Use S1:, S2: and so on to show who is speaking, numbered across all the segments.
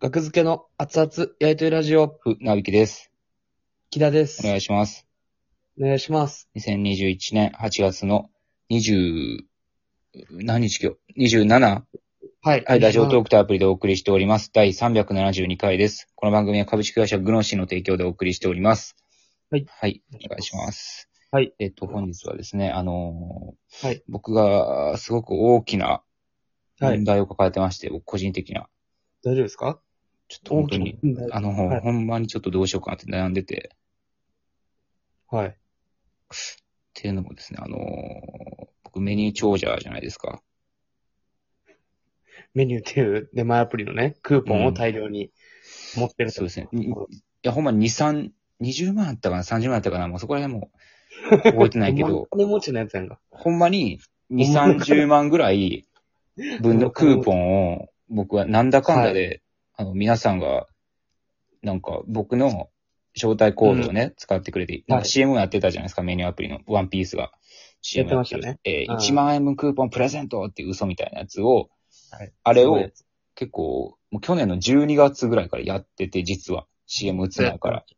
S1: 学付けの熱々焼いてるラジオ、
S2: ふ、なびきです。
S1: 木田です
S2: お。願いします。
S1: お願いします。
S2: 2021年8月の20、何日今日 ?27?
S1: はい。
S2: はい、ラジオトー
S1: ク。
S2: クとアプリでお送りしております。第372回です。この番組は株式会社グノシーの提供でお送りしております。
S1: はい。
S2: はい、お願いします。
S1: はい。
S2: えっと、本日はですね、あのー
S1: はい
S2: 僕がすごく大きな
S1: はい
S2: 問。題を抱えてまして、僕個人的な。
S1: 大丈夫ですか
S2: ちょっと本当に、
S1: 問題
S2: あのー
S1: はい
S2: ほんまにちょっとどうしようかなって悩んでて、
S1: はい。
S2: っていうのもですね、あのー僕メニュー長者じゃないですか。
S1: メニューっていう出前アプリのね、クーポンを大量に持ってると
S2: そうですね。いいや、ほんまに2、3、20万あったかな、30万あったかな、もうそこら辺も覚えてない け
S1: ほんま
S2: ど、
S1: 金持ちのやつやんか。
S2: ほんまに2、
S1: ほんまに
S2: 30万ぐらい分のクーポンを僕はなんだかんだで、あの、皆さんが、なんか僕の招待コードをね、使ってくれて、なん
S1: は
S2: か
S1: い
S2: CM やってたじゃないですか、メニューアプリのワンピースが。
S1: や
S2: CM
S1: ってましたね。
S2: えー
S1: うん
S2: 1万円分クーポンプレゼントっていう嘘みたいなやつを、
S1: はい
S2: あれを
S1: すごいやつ
S2: 結構、もう去年の12月ぐらいからやってて、実は。CM 打つ前から。
S1: うん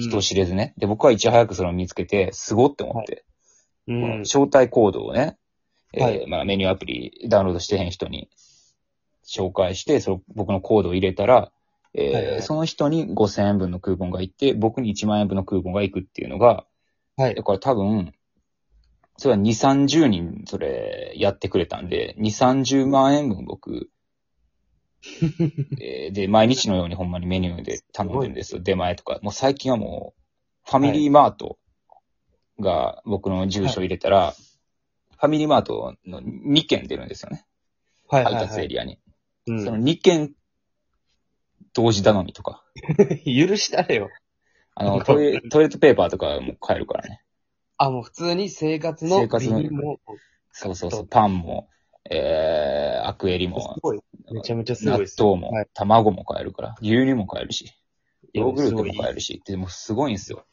S2: 人知れずね。で、僕はいち早くそれを見つけて、すごって思って、
S1: う
S2: この
S1: ん。
S2: 招待コードをね、えー
S1: はい
S2: まあ、メニューアプリダウンロードしてへん人に紹介して、その僕のコードを入れたら、えー
S1: はいはい
S2: その人に5000円分のクーポンがいって、僕に1万円分のクーポンがいくっていうのが、
S1: はい
S2: だ。から多分、それは2、30人それやってくれたんで、2、30万円 分僕、えーで、毎日のようにほんまにメニューで頼んでるんですよ。出前とか。もう最近はもう、ファミリーマートが僕の住所入れたら、ファミリーマートの2件出るんですよね。
S1: はい。
S2: 配
S1: はい
S2: 達
S1: は
S2: エ
S1: い。
S2: リアに。
S1: うん
S2: その2件同時頼みとか。
S1: 許したれよ。
S2: あの、トイレトイレットペーパーとかも買えるからね。
S1: あ、もう普通に生活の
S2: 生活の
S1: ビニも、
S2: そうそう
S1: ち
S2: そ
S1: ょっ
S2: う。パンも、えー、アクエリも
S1: す、ごい。めちゃめちゃすごい
S2: 納
S1: です。
S2: 豆も、
S1: はい
S2: 卵も買えるから、牛乳も買えるし、ヨーグルトも買え
S1: る。
S2: るし、でもすごいんですよ。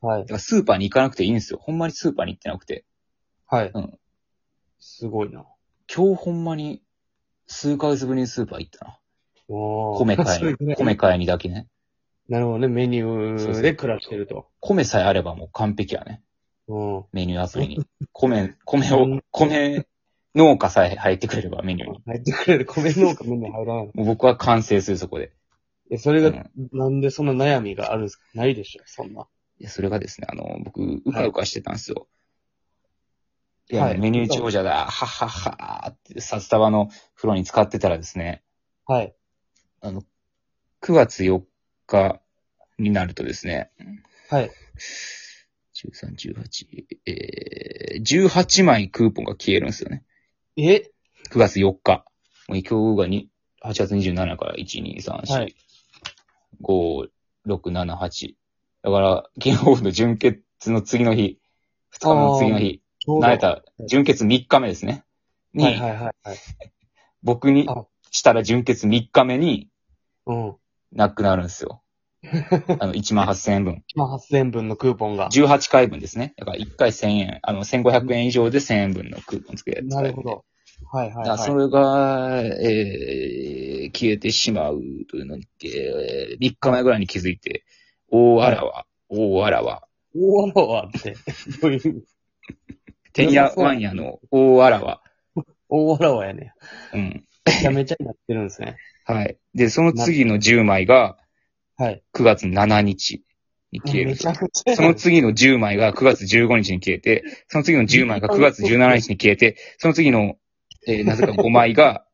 S1: はい
S2: だ。からスーパーに行かなくていいんですよ。ほんまにスーパーに行ってなくて。
S1: はい。
S2: うん
S1: すごいな。
S2: 今日ほんまに、数ヶ月ぶりにスーパー行ったな。
S1: おー
S2: 米買え
S1: すごい
S2: に、
S1: ね
S2: 米買えにだけね。
S1: なるほどね、メニ
S2: そ
S1: ュ
S2: うそ
S1: ー
S2: う
S1: で暮らしてると。
S2: 米さえあればもう完璧やね。
S1: うん。
S2: メニューアプリに。米、米
S1: う
S2: を
S1: ん、
S2: 米農家さえ入ってくれればメニューに。
S1: 入ってくれる米農家みんな入らないの。
S2: もう僕は完成するそこで。
S1: え、それが
S2: うん、
S1: なんでそんな悩みがあるんですかないでしょ、そんな。
S2: いや、それがですね、あの、僕、うかうかしてたんですよ。いや、
S1: はい
S2: メニュー長者だ、はっはっはーって、札束の風呂に使ってたらですね、
S1: はい。
S2: あの、9月4日になるとですね、
S1: はい。
S2: 13、18、えー、18枚クーポンが消えるんですよね。
S1: え
S2: 9月4日。もう今日がに8月27から1、2、3、4、
S1: はい
S2: 5、6、7、8。だから、昨日の準決の次の日、2日目の次の日、
S1: ちょうど
S2: 慣れた、準決3日目ですね。に、
S1: はいはいはいはい。
S2: 僕に
S1: あ
S2: したら準決3日目に
S1: うん。
S2: なくなるんで すよ。あの、1万8000円分。
S1: まあ、8000分のクーポンが。
S2: 18回分ですね。だから1回1000円、あの、1500円以上で1000円分のクーポンつけて
S1: なるほ。ど。はいはい
S2: だからそ
S1: は
S2: れが、えー、消えてしまうというのに、えー、3日前ぐらいに気づいて、大あらわ、大あらわ、
S1: い。大穴はあって。 どういう意味
S2: てんやわんやの大あらわ。
S1: 大穴はやね。
S2: うん。
S1: めちゃめちゃになってるんですね。
S2: はい。で、その次の10枚が
S1: はい。
S2: 9月7日に消えるん
S1: め
S2: です
S1: ち
S2: よ
S1: ゃ。くちゃ。
S2: その次の10枚が9月15日に消えて、その次の10枚が9月17日に消えて、その次の、えーなぜか5枚が、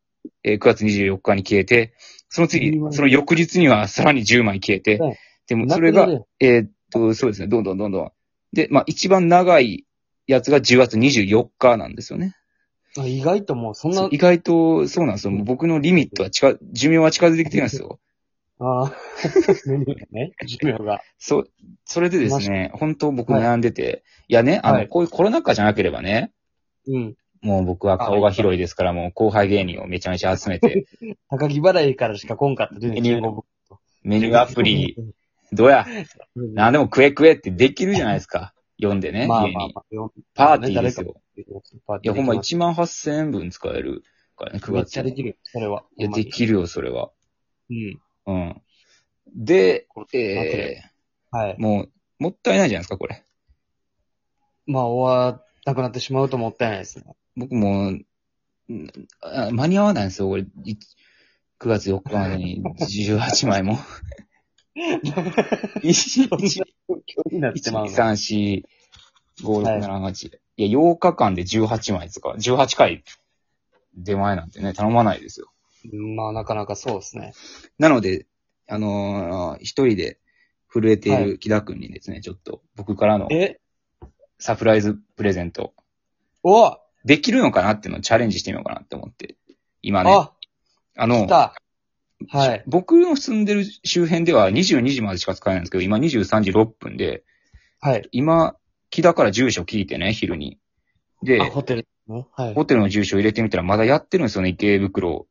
S2: えー9月24日に消えて、その次、その翌日にはさらに10枚消えて
S1: はい、
S2: でも
S1: な
S2: そ
S1: くな
S2: れ
S1: る
S2: が
S1: やん、
S2: えーっと、そうですね、どんどんどんどん。で、まあ一番長いやつが10月24日なんですよね。
S1: あ意外ともうそん
S2: そう
S1: な、
S2: 意外とそうなんですよ。もう僕のリミットは近、寿命は近づいてきてるんですよ。
S1: ああ、メニュー がね、寿命が。
S2: そう、それでですね、本当僕悩んでて、いやね、あ
S1: は
S2: の、
S1: い
S2: こういうコロナ禍じゃなければね、
S1: うん。
S2: もう僕は顔が広いですから、もう後輩芸人をめちゃめちゃ集め て、
S1: 高木払いからしか来んかった。メ
S2: ニューメニューアプリ、。どうや、
S1: うん
S2: なんでも食え食えってできるじゃないですか。読んでね、
S1: まあ
S2: 芸
S1: まあ
S2: 人。
S1: まあよ
S2: パーティーですよ。
S1: パーテ
S2: い
S1: ィ
S2: や、
S1: ー
S2: ほ
S1: でき
S2: んま
S1: ます。
S2: 1万8000円分使いえるからね、9
S1: めっ
S2: 月
S1: ちゃでき
S2: に。
S1: る。それは。
S2: いや、
S1: ほんまに
S2: できるよ、それは。
S1: うん。
S2: うん。で、
S1: これ
S2: え
S1: はい
S2: ー、。もう、もったいないじゃないですか、これ。
S1: まあ、終わなくなってしまうともったいないです ね。
S2: 僕もう、んあ間に合わないんですよ、これ。い9月4日までに18枚 も。1、1、
S1: 距離になってまうの。
S2: 3、4、5、6、7、8。いや、8日間で18枚ですか。18回出前なんてね、頼まないですよ。
S1: まあ、なかなかそうですね。
S2: なので、あのー一人で震えてい
S1: は
S2: る木田くんにですね、ちょっと僕からの
S1: え
S2: サプライズプレゼント、
S1: お
S2: できるのかなっていうのをチャレンジしてみようかなって思って。今ね、あ
S1: あ、
S2: の
S1: 来、た。はい。
S2: 僕の住んでる周辺では22時までしか使えないんですけど、今23時6分で、
S1: はい。
S2: 今、木田から住所聞いてね、昼に。
S1: あ、
S2: で、
S1: ホテルのはい。
S2: ホテルの住所入れてみたらまだやってるんですよね、池袋。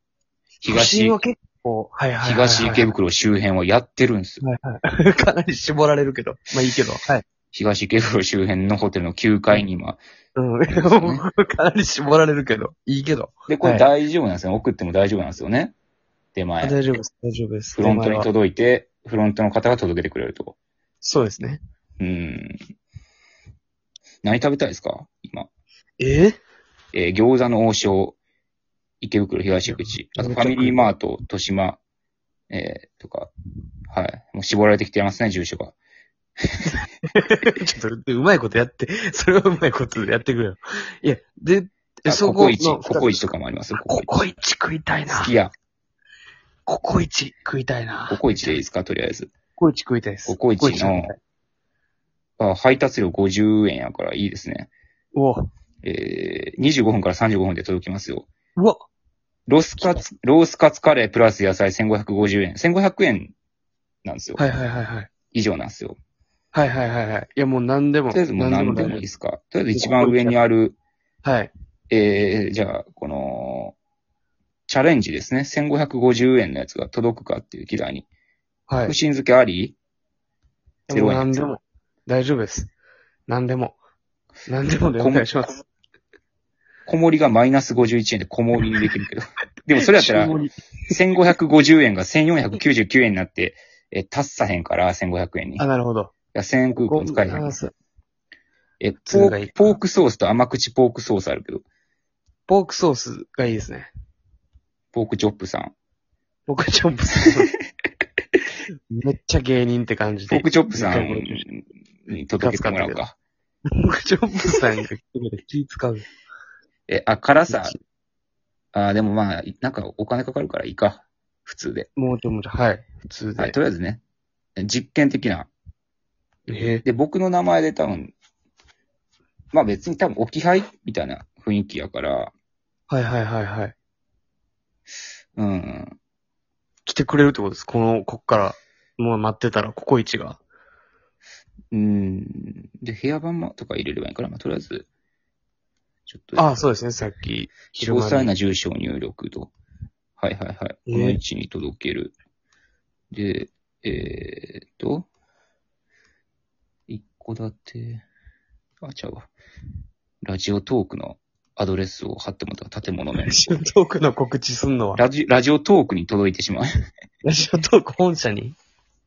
S1: 都
S2: 東
S1: 心、は結構、はいはいはいはい。
S2: 東池袋周辺はやってるんですよ。
S1: はいはい。 かなり絞られるけど。まあいいけど。はい。
S2: 東池袋周辺のホテルの9階に今、
S1: うん。 かなり絞られるけど。いいけど。
S2: で、こ
S1: は
S2: れ
S1: い
S2: 大丈夫なんですよね。送っても大丈夫なんですよね。出
S1: あ
S2: 前。
S1: 大丈夫です。大丈夫です。
S2: フロント
S1: 名前
S2: に
S1: は
S2: 届いて、フロントの方が届けてくれると。
S1: そうですね。
S2: うん。何食べたいですか今。
S1: え
S2: えー餃子の王将、池袋東口、あとファミリーマート、豊島、えーとか、はい。もう絞られてきてますね、住所が。
S1: ちょっと、うまいことやって、 それはうまいことやってくれよ。いや、で、
S2: あ
S1: そ
S2: コ
S1: こ
S2: コ
S1: の
S2: イチ、ココイチと
S1: か。
S2: かもありますよ。コ
S1: コ
S2: コイ
S1: コイチ食いたい
S2: チ。好
S1: な。
S2: きや。
S1: ココイチ食いたいな。
S2: ココイチでいいですかとりあえず。
S1: ココイチ食いたいです。
S2: ココイチの
S1: 食べたい
S2: あ配達料50円やからいいですね。
S1: おう
S2: えー、25分から35分で届きますよ。
S1: うわ
S2: ロスカツ、ロースカツカレープラス野菜1550円。1500円なんですよ。
S1: はいはいはいはい。
S2: 以上なんですよ。
S1: はいはいはいはい。いやもう何でも。
S2: とりあえずもう何
S1: 大丈
S2: でもい
S1: 夫
S2: いですか。とりあえず一番上にある、
S1: はい。
S2: えー、じゃあ、この、チャレンジですね。1550円のやつが届くかっていう機題に。
S1: はい
S2: 福。神漬けあり
S1: いやもう
S2: 0円
S1: 何でも。大丈夫です。何でも。何でもで
S2: こ
S1: お願いします。
S2: 小盛りがマイナス51円で小盛りにできる けど。でもそれやったら
S1: 注、文に
S2: 1550円が1499円になって、えー、達さへんから、1500円に。
S1: あ、なるほど。
S2: 1000円クーポン使えへんから
S1: あ。そう
S2: え、ポ
S1: ツーがいい
S2: ーク、ポークソースと甘口ポークソースあるけど、
S1: ポークソースがいいですね。
S2: ポークチョップさん。
S1: 僕はチョップさん。めっちゃ芸人って感じ
S2: ポ
S1: で。
S2: ークチョップさ
S1: めっ
S2: ん
S1: ちゃ芸人
S2: に届けてもらおうか。
S1: 僕はチョップさんが来てくれて気使う。
S2: え、あ、辛さ。あ、でもまあ、なんかお金かかるからいいか。普通で。
S1: もうちょもうちょ、はい。普通で。
S2: はい、とりあえずね。実験的な。
S1: え
S2: で、僕の名前で多分、まあ別に多分置き配みたいな雰囲気やから、
S1: はいはいはいはい。
S2: うん。
S1: 来てくれるってことです。この、こっから。もう待ってたら、ココイチが。
S2: うん。で、部屋番もとか入れればいいから、まあとりあえず、ちょっと。
S1: ああ、そうですね、さっき。
S2: 詳細
S1: に
S2: な住所を入力と。はいはいはい。
S1: え
S2: この位置に届ける。で、えー、っと、一戸建て、あ、ちゃうわ。ラジオトークのアドレスを貼ってもらった 建物名。
S1: ラジオトークの告知すんのは、
S2: ラジラジオトークに届いてしまう。
S1: ラジオトーク本社に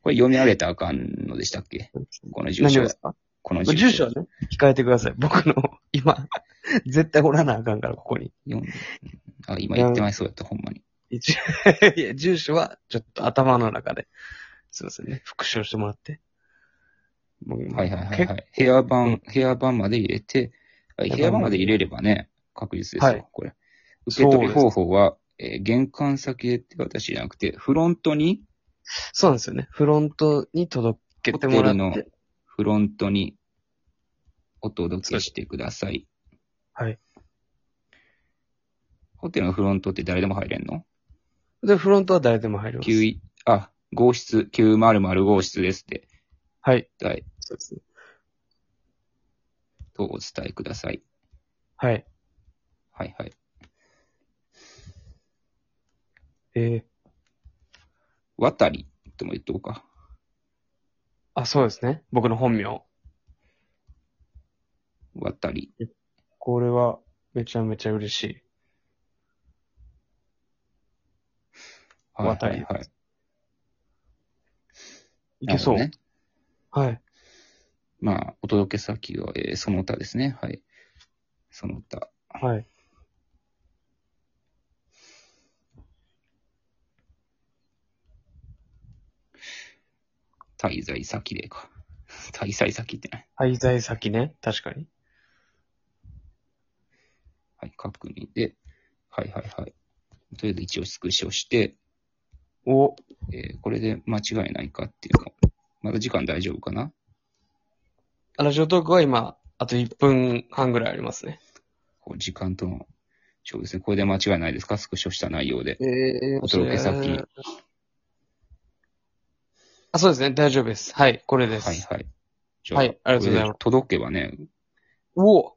S2: これ読み上げたらあかんのでしたっけこの住
S1: 何を
S2: 所
S1: で
S2: は
S1: す。か
S2: この
S1: まあ住所はね、控えてください。僕の、今、絶対おらなあかんから、ここに。
S2: よんあ、今言ってまいそうやった、ほんまに。
S1: 一 いや、住所は、ちょっと頭の中で、すいませんね、復唱してもらって。もう
S2: はいはいはい、
S1: 結
S2: は
S1: 構
S2: い。部屋
S1: う
S2: 番
S1: ん、
S2: 部屋番まで入れて、あ部
S1: 部屋番まで
S2: 屋番まで入れればね、確実ですよ、
S1: はい
S2: これ。受
S1: そ
S2: け
S1: うです
S2: 取り方法は、えー玄関先へって形じゃなくて、フロントに、
S1: そうなんですよね。フロントに届けてもら
S2: ホ
S1: っ
S2: テ
S1: て
S2: ル。フロントにお届けしてください。
S1: はい。
S2: ホテルのフロントって誰でも入れんの
S1: で、フロントは誰でも入ります。
S2: ?9 い、あ、号室、900号室ですって、
S1: はい。
S2: はい、
S1: そうですね。
S2: とお伝えください。
S1: はい。
S2: はいはい。
S1: えー、
S2: 渡りとも言っとこうか。
S1: あ、そうですね。僕の本名。
S2: 渡り。
S1: これは、めちゃめちゃ嬉しい。
S2: はいは
S1: 渡り
S2: いはい。
S1: いけそう。
S2: なるほどね。
S1: はい。
S2: まあ、お届け先は、えーその他ですね。はい。その他。
S1: はい。
S2: 滞在先でか。 滞在先ってない。
S1: 滞在先ね。確かに。
S2: はい、確認で。はいはいはい。とりあえず一応スクショして、
S1: お、
S2: えーこれで間違いないかっていうか、まだ時間大丈夫かな
S1: ラジオトークは今、あと1分半ぐらいありますね。
S2: こう時間との、そうですね。これで間違いないですかスクショした内容で。
S1: え
S2: お届け先。
S1: あ、そうですね。大丈夫です。はい、これです。
S2: はいはい。じ
S1: はいありがとうございます
S2: これで届けばね、
S1: お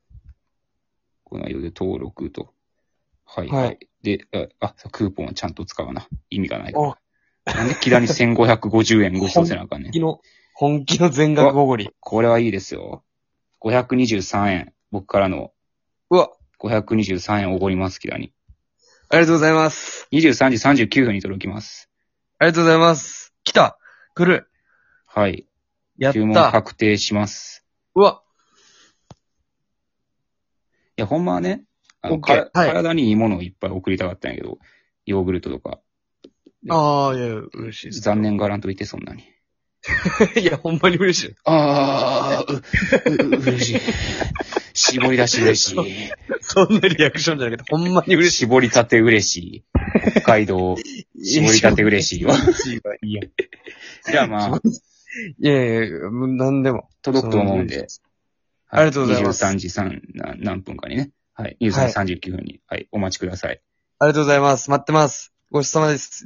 S2: この内容で登録と。はい、
S1: は
S2: はいい、で、あ、あクーポンはちゃんと使わな。意味がないから
S1: お、
S2: なんで木田に1550円ご馳走せなあかんね
S1: 本
S2: ん
S1: 気の、本気の全額おごり。
S2: これはいいですよ。523円。僕からの
S1: うわ、
S2: 523円おごります、木田に。
S1: ありがとうございます。
S2: 23時39分に届きます。
S1: ありがとうございます。来た来る
S2: はい。
S1: やっ
S2: 注文
S1: た
S2: 確定します。
S1: うわ
S2: いや、ほんまはね、あ
S1: オ
S2: の、
S1: ッケー
S2: か
S1: はい
S2: 体にいいものをいっぱい送りたかったんやけど、ヨーグルトとか、
S1: ああ、いや、嬉しいです。
S2: 残念がらんといて、そんなに。
S1: いや、ほんまに嬉しい。
S2: ああ、う、う、う嬉しい。絞り出し嬉しい。
S1: そんなリアクションじゃなくて、ほんまに嬉し
S2: 絞りたて嬉しい。北海道、
S1: い。
S2: 絞りたて嬉しいわ。
S1: 嬉しいわ。
S2: いや。じゃあ まあ、
S1: いやいやいや、もう何でも。
S2: 届くと思うんで。
S1: ありがとうございます
S2: 23時3、な何分かにね。はい。23時39分に、はい、お待ちください。
S1: ありがとうございます。待ってます。ごちそうさまです。